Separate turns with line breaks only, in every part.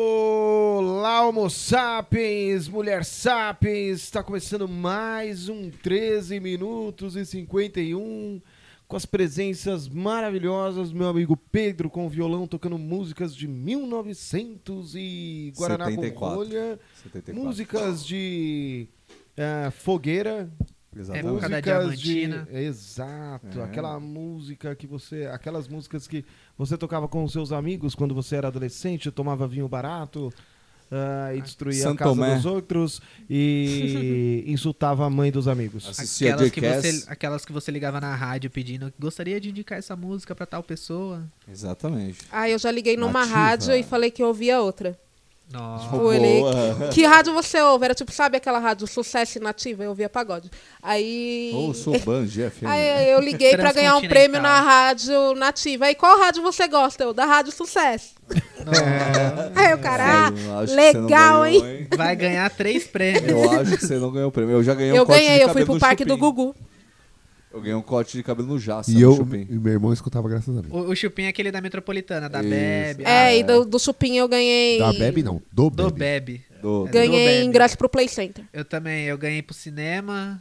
Olá, Homo sapiens, mulher sapiens, está começando mais um 13 minutos e 51 com as presenças maravilhosas, meu amigo Pedro com o violão tocando músicas de 1900 e Guaraná
74.
com rolha,
74.
músicas de ah, fogueira,
Exatamente.
Época da
músicas de-
Diamantina.
Exato,
É.
aquela música que você, aquelas músicas que você tocava com os seus amigos quando você era adolescente, tomava vinho barato. ah, e destruía
São
a casa
Tomé.
dos outros e insultava a mãe dos amigos.
Assistia
Aquelas que,
Jackass.
você, aquelas que você ligava na rádio pedindo gostaria de indicar essa música pra tal pessoa.
Exatamente.
Ah, eu já liguei numa
Nativa.
rádio e falei que eu ouvia outra.
Nossa.
Tipo, ele-
Boa.
Que rádio você ouve? Era tipo, sabe aquela rádio Sucesso Nativa? Eu ouvia pagode. Aí.
Ou sou Banji, é FM.
Aí eu liguei pra ganhar um prêmio na rádio nativa. Aí qual rádio você gosta? Eu, da Rádio Sucesso. Aí o cara,
Aí,
ah,
acho que você não
legal,
ganhou,
hein?
Vai ganhar três prêmios.
Eu acho que você não ganhou o prêmio. Eu já ganhei um
Eu
corte de
ganhei, eu fui
cabelo
pro
no
parque do
Chupim.
Gugu.
Eu ganhei um corte de cabelo no Jaça,
E
no
eu
Chupim.
e meu irmão escutava graças a mim.
O, o Chupim é aquele da Metropolitana, da
Isso.
Bebe. Ah,
É, e do, do Chupim eu ganhei.
Da Bebe não, do
Do
Bebe.
Bebe.
Do
Ganhei.
Ganhei
É, Do
ingresso pro Play Center.
Eu também, eu ganhei pro cinema,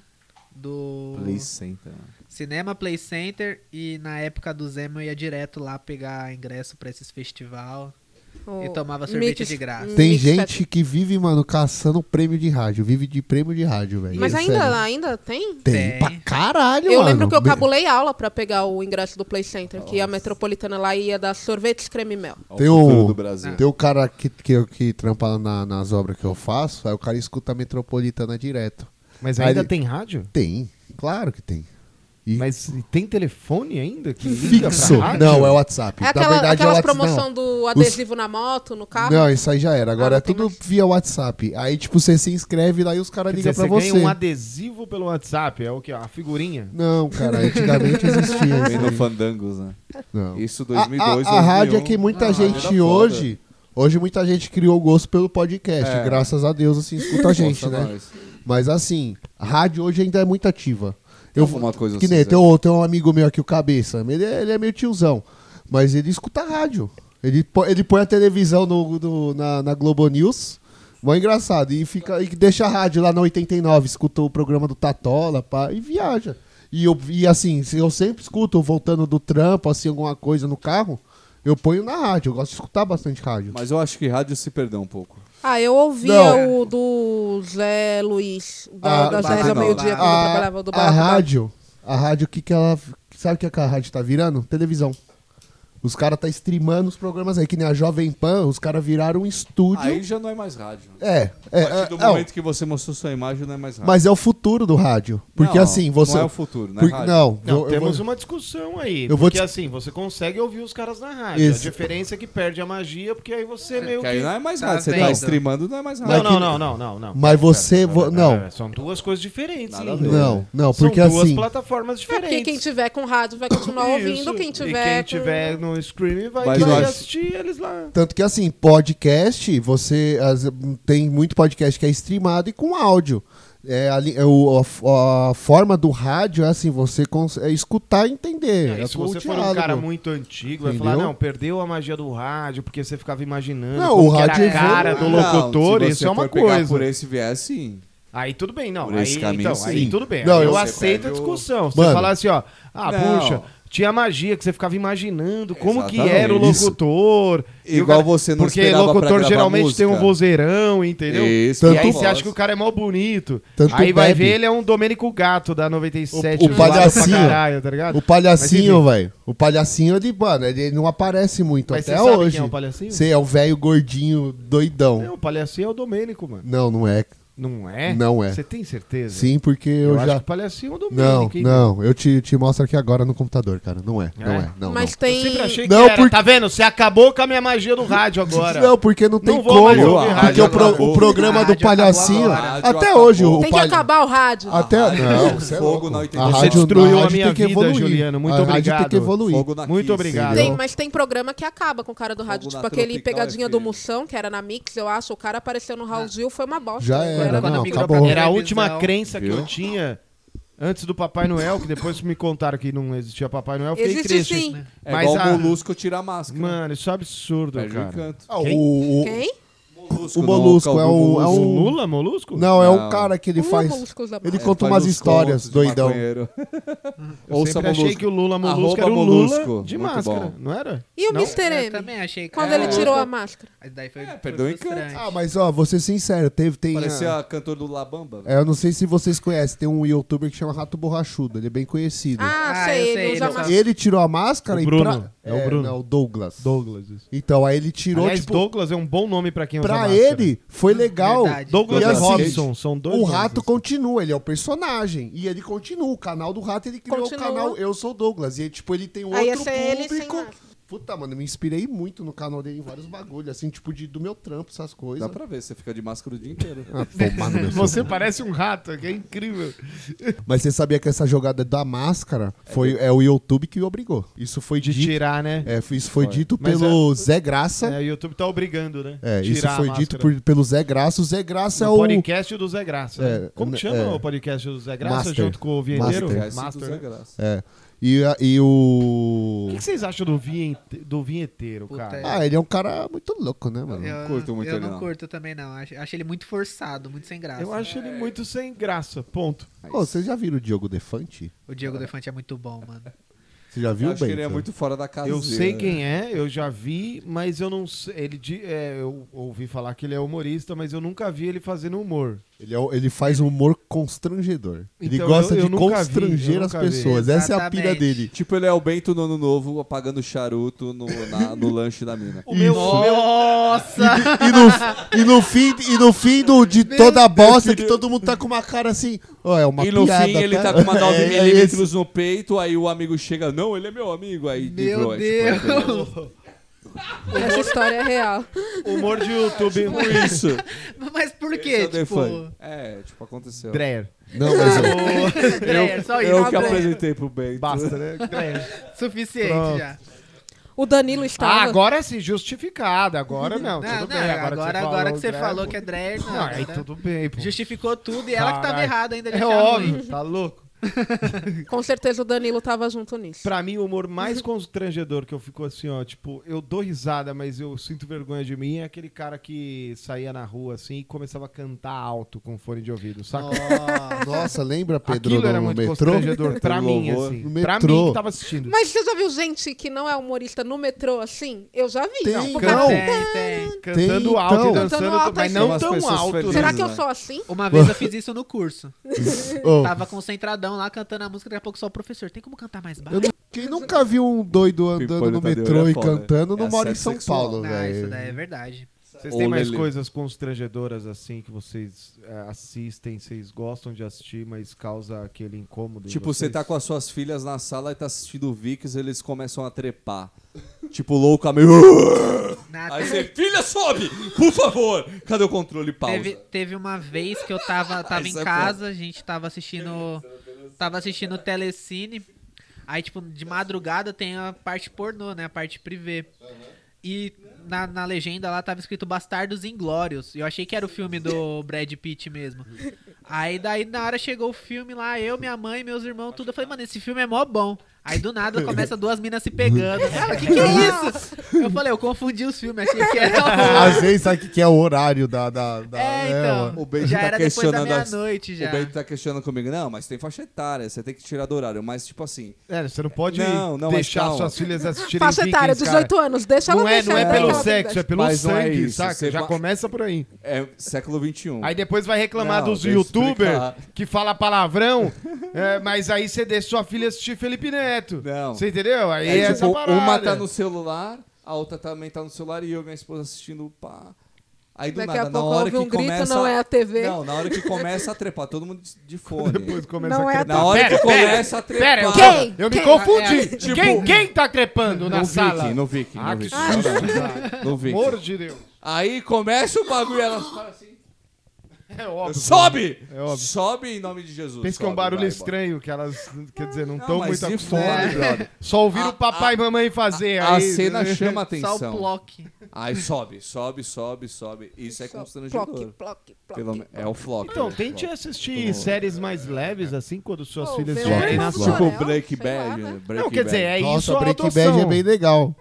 do
Play Center.
cinema, play center, e na época do Zemo eu ia direto lá pegar ingresso pra esses festival. E tomava sorvete de graça.
Tem
Mix
gente que vive, mano, caçando prêmio de rádio. Vive de prêmio de rádio, velho.
Mas
É
ainda,
sério.
ainda tem?
Tem,
Tem.
pra caralho,
Eu
mano.
lembro que eu
Be-
cabulei aula pra pegar o ingresso do Play Center, que a metropolitana lá ia dar sorvetes creme e mel.
Ó,
Tem
o futuro
um-
do Brasil.
Tem um cara que, que, que trampa na- nas obras que eu faço, aí o cara escuta a Metropolitana direto.
Mas
Aí
ainda
ele-
tem rádio?
Tem, claro que tem. E
Mas tem telefone ainda que liga
fixo.
pra rádio?
Não, é o WhatsApp.
É
na
aquela,
verdade, é o
aquelas
WhatsApp.
promoção do adesivo na moto, no carro.
Não, isso aí já era.
Ah,
Agora é
não tem
tudo
mais.
via WhatsApp. Aí, tipo, você se inscreve lá e os caras
Quer
ligam
dizer,
pra
você
você.
ganha um adesivo pelo WhatsApp, é o que? A figurinha?
Não, cara, antigamente existia
Vem
isso.
no Fandangos, né?
um Não.
Isso
A,
2002,
a- a rádio é
2001.
que muita
Ah,
gente
era foda.
hoje. Hoje muita gente criou gosto pelo podcast.
É.
Graças a Deus, assim, escuta a gente,
Nossa,
né?
nós.
Mas assim, a rádio hoje ainda é muito ativa.
Tem
eu
alguma coisa
Que
assim,
nem,
Zé?
tem um, tem um amigo meu aqui, o Cabeça. Ele é, ele é meio tiozão. Mas ele escuta a rádio. Ele, pô- ele põe a televisão no, no- na, na Globo News. Mó engraçado. E, fica, e deixa a rádio lá na 89. Escuta o programa do Tatola, pá, e viaja. E, eu, e assim, se eu sempre escuto voltando do trampo, assim, alguma coisa no carro. Eu ponho na rádio. Eu gosto de escutar bastante rádio.
Mas eu acho que rádio se perdeu um pouco.
Ah, eu ouvia
Não.
o do Zé Luiz, da,
Ah,
da
o
Zé ao
Barracão.
meio-dia, quando eu
a,
trabalhava do né?
a
Barra.
rádio, a rádio, o que que ela. Sabe o que, que a rádio tá virando? Televisão. Os caras tá streamando os programas aí, que nem a Jovem Pan, os caras viraram um estúdio.
Aí já não é mais rádio.
É, é,
A partir do
é, é,
momento que você mostrou sua imagem, não é mais rádio.
mas é o futuro do rádio. Porque
Não,
assim, você.
Não é o futuro, né?
porque-
rádio?
não,
Não,
eu- eu
temos
vou-
uma discussão aí.
Eu vou
porque
dis-
assim, você consegue ouvir os caras na rádio.
Isso.
A diferença é que perde a magia, porque aí você meio
Que
que.
aí não é mais
Tá
rádio. Você tá
vendo?
streamando, não é mais rádio.
Não, não, não, não, não, não.
Mas você. vo-
Pera,
não,
pera, São duas coisas diferentes.
Nada a
hein?
ver. né?
não, não,
São
porque
duas
assim.
plataformas
É porque
diferentes.
quem tiver com rádio vai continuar ouvindo, quem
Isso.
tiver.
E quem
com-
tiver no streaming vai,
Mas
vai
eu acho-
assistir eles lá.
Tanto que assim, podcast, você as- tem muito podcast que é streamado e com áudio. É, ali- é o- a f- a, forma do rádio é assim, você cons- é escutar e entender.
E
É
se
com o
você for um
diálogo.
cara muito antigo, vai falar,
Entendeu?
não, perdeu a magia do rádio, porque você ficava imaginando
Não,
como
o
que era
rádio é
a cara do
evolui.
locutor,
se você
isso é uma
for pegar
coisa.
por esse viés, sim.
Aí tudo bem, não.
Por
aí,
esse caminho,
então, aí
sim.
tudo bem.
Não,
eu
você
aceito a
perde o-
discussão. Você
Mano.
falar assim, ó, ah,
Não.
puxa, tinha magia que você ficava imaginando como que
Exatamente.
era o
Isso.
locutor. E o
Igual
cara-
você não
Porque
esperava pra
locutor
gravar
geralmente tem um
música.
vozeirão, entendeu?
Isso,
e
Tanto-
aí
que
você
voz.
acha que o cara é mó bonito.
Tanto
aí vai
bebe.
ver, ele é um Domênico Gato da 97.
O- o
zoado pra
palhacinho.
caralho, tá ligado?
O palhacinho,
Mas,
velho. O palhacinho, ele, mano, ele ele não aparece muito
Mas
até
você sabe
hoje.
quem é o palhacinho?
Você é o velho gordinho doidão.
Não, o palhacinho é o Domênico, mano.
Não, não é.
Não é?
Não é.
Você tem certeza?
Sim, porque eu,
Eu, acho
já.
que o palhacinho é o Domênico.
Não,
hein,
não. Eu te, te mostro aqui agora no computador, cara. Não é, não
É?
é. Não,
Mas
não.
Eu
tem.
sempre achei
Não,
que era.
porque-
Tá vendo? Você acabou com a minha magia do rádio agora.
Não, porque não tem
Não vou
como.
mais
ouvir
Porque
rádio,
o, pro-
acabou.
o programa do
Rádio
palhacinho.
acabou agora.
Até
Rádio
hoje,
acabou.
o
Tem que
palha- Ah,
acabar o rádio.
Até.
rádio-
Não,
Fogo
você é louco.
na 80.
A
Você
rádio-
destruiu
a
a
rádio
minha
tem que
vida,
evoluir.
Juliano. Muito
a Rádio
obrigado.
tem que evoluir.
Fogo na
Muito
15,
obrigado.
entendeu?
Tem, mas tem programa que acaba com o cara do rádio.
Fogo
Tipo
na
aquele
é
Tropical
pegadinha do
FM.
Moção, que era na Mix, eu acho. O cara apareceu no Raul Gil, foi uma bosta.
Já
É, Não
era,
Quando
não,
eu me-
né?
acabou.
Era a última crença que
Viu?
eu tinha Antes do Papai Noel, que depois me contaram que não existia Papai Noel, eu fiquei
Existe
triste.
sim.
É
Mas
igual
a-
o Molusco tirar a máscara.
Mano, isso é um absurdo,
Perde o
cara.
encanto.
Ah, o, o-
Quem?
o Molusco é o- é
O
um-
Lula, Molusco?
Não, é
Não.
um cara que ele
Uma
faz.
música da
é,
Ele
Mara.
conta umas histórias, doidão.
Eu
Ouça
sempre achei que
Molusco.
o Lula Molusco
Arroba
era o Lula
Molusco.
de
Muito
máscara,
bom.
não era?
E o
Não?
Mr.
Eu
M?
também achei que
Quando
É,
ele
eu-
tirou a máscara.
Mas daí foi, foi
É, perdeu o encanto.
frustrante.
Ah, mas ó, vou ser sincero, teve, tem.
Parecia cantor do Labamba.
É, eu não sei se vocês conhecem, tem um youtuber que chama Rato Borrachudo, ele é bem conhecido.
Ah,
Ah, eu
sei,
sei,
ele usa
ele
máscara.
Ele tirou a máscara
O
e
Bruno.
pra...
É o Bruno.
não, o Douglas.
Douglas, isso.
Então, aí ele tirou,
Aliás,
tipo,
Douglas é um bom nome pra quem usa
pra
máscara.
ele foi legal.
Hum, Verdade.
Douglas
E
e
assim,
Robson são dois
o
nomes,
rato
assim.
continua, ele é o personagem. E ele continua. O canal do rato, ele criou
Continua.
o canal Eu Sou Douglas. E, tipo, ele tem um
Aí ia ser
outro
ele sem
público.
máscara.
Puta, mano, eu me inspirei muito no canal dele em vários bagulhos, assim, tipo, de, do meu trampo, essas coisas.
é.
Dá pra ver, você fica de máscara o dia inteiro.
Ah, Você parece um rato, que é incrível.
Mas você sabia que essa jogada da máscara foi, é o YouTube que obrigou. Isso foi
De
dito,
tirar, né?
é, isso foi
Foi.
dito
Mas
pelo Zé Graça.
É, o YouTube tá obrigando, né?
É, isso
Tirar a
foi
máscara.
dito por- pelo Zé Graça. O Zé Graça é
No
o...
podcast do Zé Graça. né?
É,
Como que
n-
chama
é.
o podcast do Zé Graça
Master.
junto com o Vinheteiro?
Master.
Master, né?
É. E, a- e o...
O que que vocês acham do, vinhete- do vinheteiro,
Puta,
cara?
é.
Ah, ele é um cara muito louco, né, mano?
Eu
curto muito
eu
ele,
não,
não.
curto também, não. Acho, acho ele muito forçado, muito sem graça.
Eu acho ele muito sem graça, ponto.
Ô, vocês já viram o Diogo Defante?
O Diego Defante é muito bom, mano.
Você já viu,
Eu acho que
Bento?
ele é muito fora da casa.
então. Eu sei quem é, eu já vi, mas eu não sei. Ele, di- é, eu ouvi falar que ele é humorista, mas eu nunca vi ele fazendo humor.
Ele, é o- ele faz um humor constrangedor. ele
Então,
gosta
eu- eu
de
nunca vi,
constranger
eu
as
nunca vi.
pessoas. Essa é a pilha
Exatamente.
dele.
Tipo, ele é o Bento Nono Novo apagando charuto no, na- no lanche da mina.
O meu, o meu-
Nossa!
E no, e no fim, e no fim do, de toda a bosta, que todo mundo tá com uma cara assim. Ó, é uma
e no
piada, É
fim ele tá com uma 9mm no peito, aí o amigo chega, não, ele é meu amigo. Aí livrou,
Meu
é, tipo, é aquele-
Deus!
Essa história é real.
humor de YouTube.
Por é, isso.
Mas por
Esse é
quê?
o The
Tipo,
Fun. É, tipo, aconteceu.
Dreher.
Não, mas eu-
Dreyer, só isso.
Eu que
Dreyer.
apresentei pro Bento.
Basta, né? Dreher.
Suficiente
Pronto.
já.
O Danilo estava.
Ah, agora sim, justificada. Agora não.
Não,
tudo
não,
bem,
agora, agora,
falou
que você
Dreher,
falou
pô.
que é Dreyer, não.
Não, aí
né?
tudo bem, pô.
Justificou tudo e ela que tava
Caralho.
errada ainda. de
É
achar
óbvio,
ruim.
tá louco?
Com certeza o Danilo tava junto nisso.
Pra mim, o humor mais constrangedor que eu fico assim, ó, tipo, eu dou risada, mas eu sinto vergonha de mim, é aquele cara que saía na rua assim e começava a cantar alto com fone de ouvido, saca?
Nossa, lembra, Pedro,
Aquilo era
no
muito
metrô?
constrangedor pra
Pelo
mim,
horror.
assim.
No
Pra
metrô.
mim que tava assistindo.
Mas você já viu gente que não é humorista no metrô assim? Eu já vi.
Tem,
Tipo,
cara.
cara,
Não.
Tem, Tá tem.
Cantando
Tem,
alto
então.
e dançando,
Cantando alto,
mas
assim.
não
Umas
tão
pessoas
alto.
felizes,
né?
será que eu
né?
sou assim?
Uma vez eu fiz isso no curso.
Ô,
Tava concentradão lá, cantando a música, daqui a pouco só o professor. Tem como cantar mais baixo?
eu não- quem nunca viu um doido andando
Pimpolho
no
Tadeu
metrô
é
e
foda.
cantando
É
não mora em
assédio
São
sexual.
Paulo,
Não, isso daí
velho.
é verdade.
Vocês
Ô,
têm mais
Lelê.
coisas constrangedoras assim que vocês é, assistem, vocês gostam de assistir, mas causa aquele incômodo. em
Tipo, você
vocês?
tá com as suas filhas na sala e tá assistindo o Vicks, eles começam a trepar. tipo, louca meio.
Nada.
Aí você, filha, sobe! Por favor! Cadê o controle? Pausa.
Teve, teve uma vez que eu tava, tava em
Isso é
casa, a gente tava assistindo. Tava assistindo telecine. Aí, tipo, de madrugada tem a parte pornô, né? A parte privê. E na, na legenda lá tava escrito Bastardos Inglórios. Eu achei que era o filme do Brad Pitt mesmo. Aí daí na hora chegou o filme lá, eu, minha mãe, meus irmãos, tudo. Eu falei, mano, esse filme é mó bom. Aí do nada começa duas minas se pegando. Cara, que que é isso? Eu falei, eu confundi os filmes, achei que era um o
Às vezes, sabe o que que é o horário da...
tá?
da, da-
é,
né,
então.
mano?
O Bento
já
tá
era depois da
questionando as-
meia-noite já.
O Bento tá questionando comigo. Não, mas tem faixa etária, você tem que tirar do horário. Mas, tipo assim,
É, você não pode
Não, não, mas
deixar
calma.
suas filhas assistirem
Faixa etária,
Vikings, cara.
18 anos. Deixa ela
Não é,
deixar
não é
ela
pelo
deixar ela
sexo, é pelo
Mas não é
sangue,
isso,
saca?
você
Já
ma-
começa por aí.
é século XXI.
Aí depois vai reclamar
Não,
dos
deixa eu
youtubers
explicar.
que fala palavrão, é, mas aí você deixa sua filha assistir Felipe Neto.
Não.
Você entendeu? Aí é,
É,
essa
tipo,
parada.
uma tá no celular, a outra também tá no celular e eu e minha esposa assistindo pá. Aí do
Daqui
nada,
a
na
pouco
hora
ouve
que
um grito,
começa.
não é a TV.
Não, na hora que começa a trepar, todo mundo de fone.
Depois começa
Não
a
é
cre-
a
Na hora que começa a trepar.
Pera, eu,
Quem?
eu me
Quem?
confundi.
tipo-
quem, quem tá trepando na
não
sala?
Viking, não Viking,
Ah,
não
que
Viking.
susto,
Não Viking.
amor de Deus.
Aí começa o bagulho e elas falam assim.
É óbvio.
Sobe!
É óbvio.
Sobe em nome de Jesus.
Pensa que é um
sobe,
barulho
vai,
estranho, que elas, quer dizer, não
Não,
estão
mas
muito
se fode,
acostumadas.
brother.
Só ouviram
A-
o papai e mamãe fazer.
A
aí,
cena
né?
chama
Só o
atenção.
block.
Aí sobe, sobe, sobe, sobe. Isso é constrangedor.
Ploc, ploc, ploc.
Pelo me- é o flop.
Então, tente assistir séries mais leves, assim, quando suas
Pô,
filhas
vê
Tipo,
o
vierem
Fernando
na
tipo
sua.
Sorel,
Break
sei lá,
Bad.
né?
Break
Não, quer dizer,
Bad.
é isso
Nossa,
a
Breaking
adoção.
Bad é bem legal.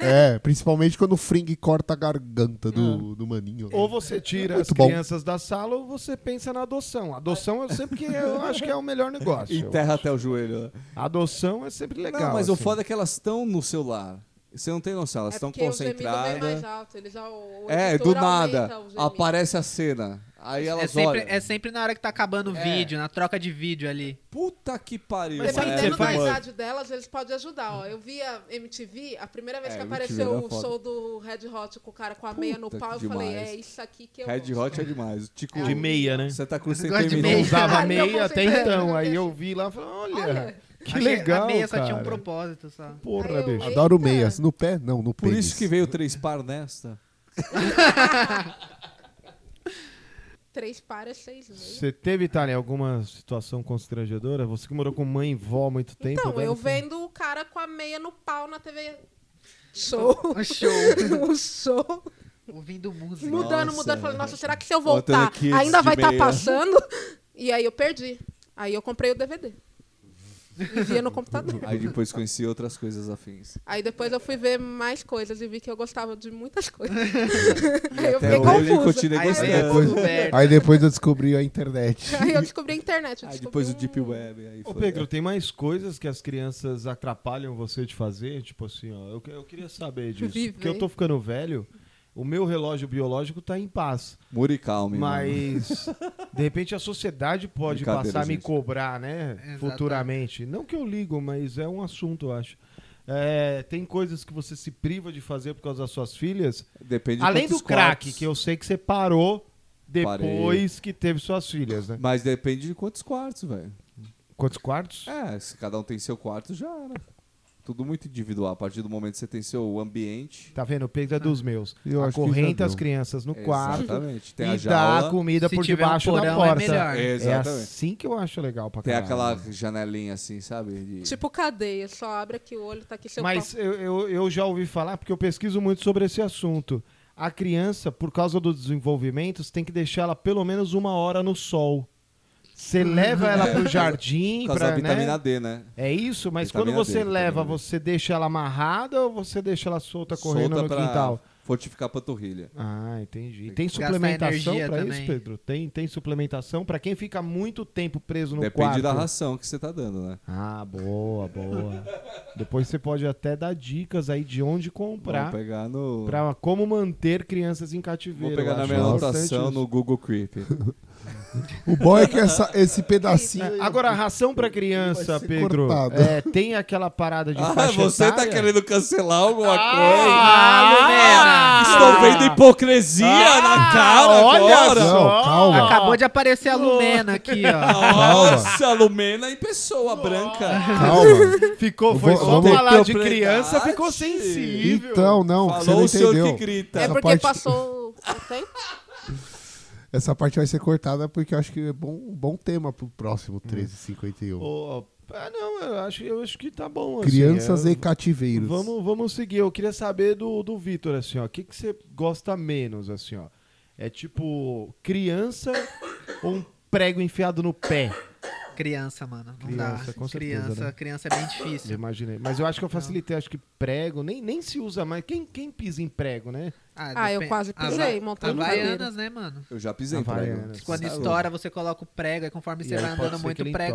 É, principalmente quando o Fring corta a garganta do, do maninho. né?
Ou você tira
Muito
as
bom.
crianças da sala ou você pensa na adoção. Adoção eu sempre que eu acho que é o melhor negócio.
Enterra até o joelho. né?
Adoção é sempre legal.
não, mas o
assim.
foda é que elas estão no celular. Você não tem noção, elas
É
estão
porque o gemido vem mais né?
concentradas.
alto, ele já- o- o
É, do
editor aumenta
nada.
o gemido.
Aparece a cena. Aí
É
elas
sempre,
olham.
é sempre na hora que tá acabando o
É.
vídeo, na troca de vídeo ali.
Puta que pariu.
Mas
mano.
sabe
É,
que
Dependendo
foi
da
mano.
idade delas, eles podem ajudar. Ó. Eu vi a MTV, a primeira vez
É,
que
MTV
apareceu
era
o
foda.
show do Red Hot com o cara com a meia no
Puta
pau, eu
que
falei,
demais.
é isso aqui que eu
Red
gosto.
Hot é demais. Tico,
De meia, né?
Santa Cruz
Você
você tá
gosta de
Eu
terminou.
não
meia?
usava
Ai, meu
meia até
conceito.
então. Aí eu vi lá e falei, olha,
Olha.
que
Achei-
legal,
A meia
cara.
só tinha um propósito, só.
Porra,
Aí eu-
bicho.
Adoro
Eita.
meias. No pé? Não, no
Por
pênis.
isso que veio três par nesta.
Três para, seis né? meia.
Você teve, Itália, alguma situação constrangedora? Você que morou com mãe e vó há muito tempo.
Então,
né?
eu vendo o cara com a meia no pau na TV. Show.
Um show.
o show.
Ouvindo música.
Mudando,
Nossa. é.
mudando. Falei, nossa, será que se eu
Botando
voltar
kids
ainda
de
vai estar
meia.
passando? E aí eu perdi. Aí eu comprei o DVD. Vivia no computador.
Aí depois conheci outras coisas afins.
Aí depois eu fui ver mais coisas e vi que eu gostava de muitas coisas. aí eu
Até
fiquei
hoje eu
confusa.
continuei
Aí é você
gostando.
descoberto.
Aí depois eu descobri a internet.
Aí eu descobri a internet. eu
Aí
descobri
depois o
um-
Deep Web. Aí
Ô,
foi, é.
Pedro, tem mais coisas que as crianças atrapalham você de fazer? Tipo assim, ó, eu, que- eu queria saber disso.
Viver.
Porque eu tô ficando velho, o meu relógio biológico tá em paz.
Muri Calme.
Mas, de repente, a sociedade pode
Brincadeira,
passar a me
gente.
cobrar, né?
Exatamente.
Futuramente. Não que eu ligo, mas é um assunto, eu acho. É, tem coisas que você se priva de fazer por causa das suas filhas.
Depende de
Além do
quantos
crack,
corpos.
que eu sei que você parou depois
Parei.
que teve suas filhas, né?
Mas depende de quantos quartos, velho.
Quantos quartos?
É, se cada um tem seu quarto, já era. Tudo muito individual. A partir do momento que você tem seu ambiente.
Tá vendo? O Pedro é dos meus.
Eu acho que já
Acorrenta as
deu.
crianças no quarto
Exatamente. Tem a
e tá dá a
jaula.
comida
Se
por
tiver um
debaixo da
porão, é
porta.
melhor.
É
Exatamente.
assim que eu acho legal pra
Tem
caralho.
aquela janelinha assim, sabe? De-
Tipo cadeia, só abre aqui o olho, tá aqui seu
Mas eu, eu, eu já ouvi falar, porque eu pesquiso muito sobre esse assunto. A criança, por causa dos desenvolvimentos, tem que deixar ela pelo menos uma hora no sol. Você leva ela pro jardim,
Por causa
pra,
da vitamina
né?
D, né?
É isso, mas
Vitamina
quando você
D,
leva,
vitamina D.
você deixa ela amarrada ou você deixa ela solta Tá correndo
Solta
no
pra
quintal?
fortificar a panturrilha.
Ah, entendi. Tem
gastar
suplementação
energia
pra isso,
também.
Pedro? Tem, tem suplementação pra quem fica muito tempo preso no
Depende
quarto?
da ração que você tá dando, né?
Ah, boa, boa. Depois você pode até dar dicas aí de onde comprar
Vou pegar no.
pra como manter crianças em cativeiro.
Vou pegar
Eu
na
acho é
minha
importante
anotação
isso.
no Google Creep.
O bom é que essa- esse pedacinho. aí-
Agora, a ração pra criança,
Vai ser
Pedro,
cortado.
é, tem aquela parada de
Ah,
faixa
você tá
etária?
querendo cancelar alguma coisa?
Ah,
Estou vendo hipocrisia na cara
Olha
agora.
só!
Não, calma.
Acabou de aparecer a Lumena aqui, ó.
Nossa, Lumena em pessoa branca.
Calma.
Ficou,
Eu
foi
vou-
só
vamos-
falar de criança, ficou
Propriedade.
sensível.
Então, não, você
Falou
não
o senhor
entendeu.
que grita.
pau. É
tá, essa
porque
parte-
passou o tempo.
Essa parte vai ser cortada porque eu acho que é bom, um bom tema pro próximo 1351.
Ô, ah, não, eu acho, eu acho que tá bom. assim,
Crianças
é,
e cativeiros.
Vamos, vamos seguir. Eu queria saber do, do Vitor, assim, ó. O que, que você gosta menos, assim, ó? É tipo criança ou um prego enfiado no pé?
Criança, mano. Não
Criança,
dá.
com certeza,
criança,
né?
criança é bem
Eu
difícil.
imaginei. Mas eu acho que eu facilitei. Acho que prego nem, nem se usa mais. Quem, quem pisa em prego, né?
Ah, eu quase pisei, montando
Havaianas, né, mano?
Eu já pisei em
Havaianas.
prego.
Quando
Tá louco.
estoura, você coloca o prego, e conforme
E
você
aí
vai
pode
andando
ser que
muito,
ele
o prego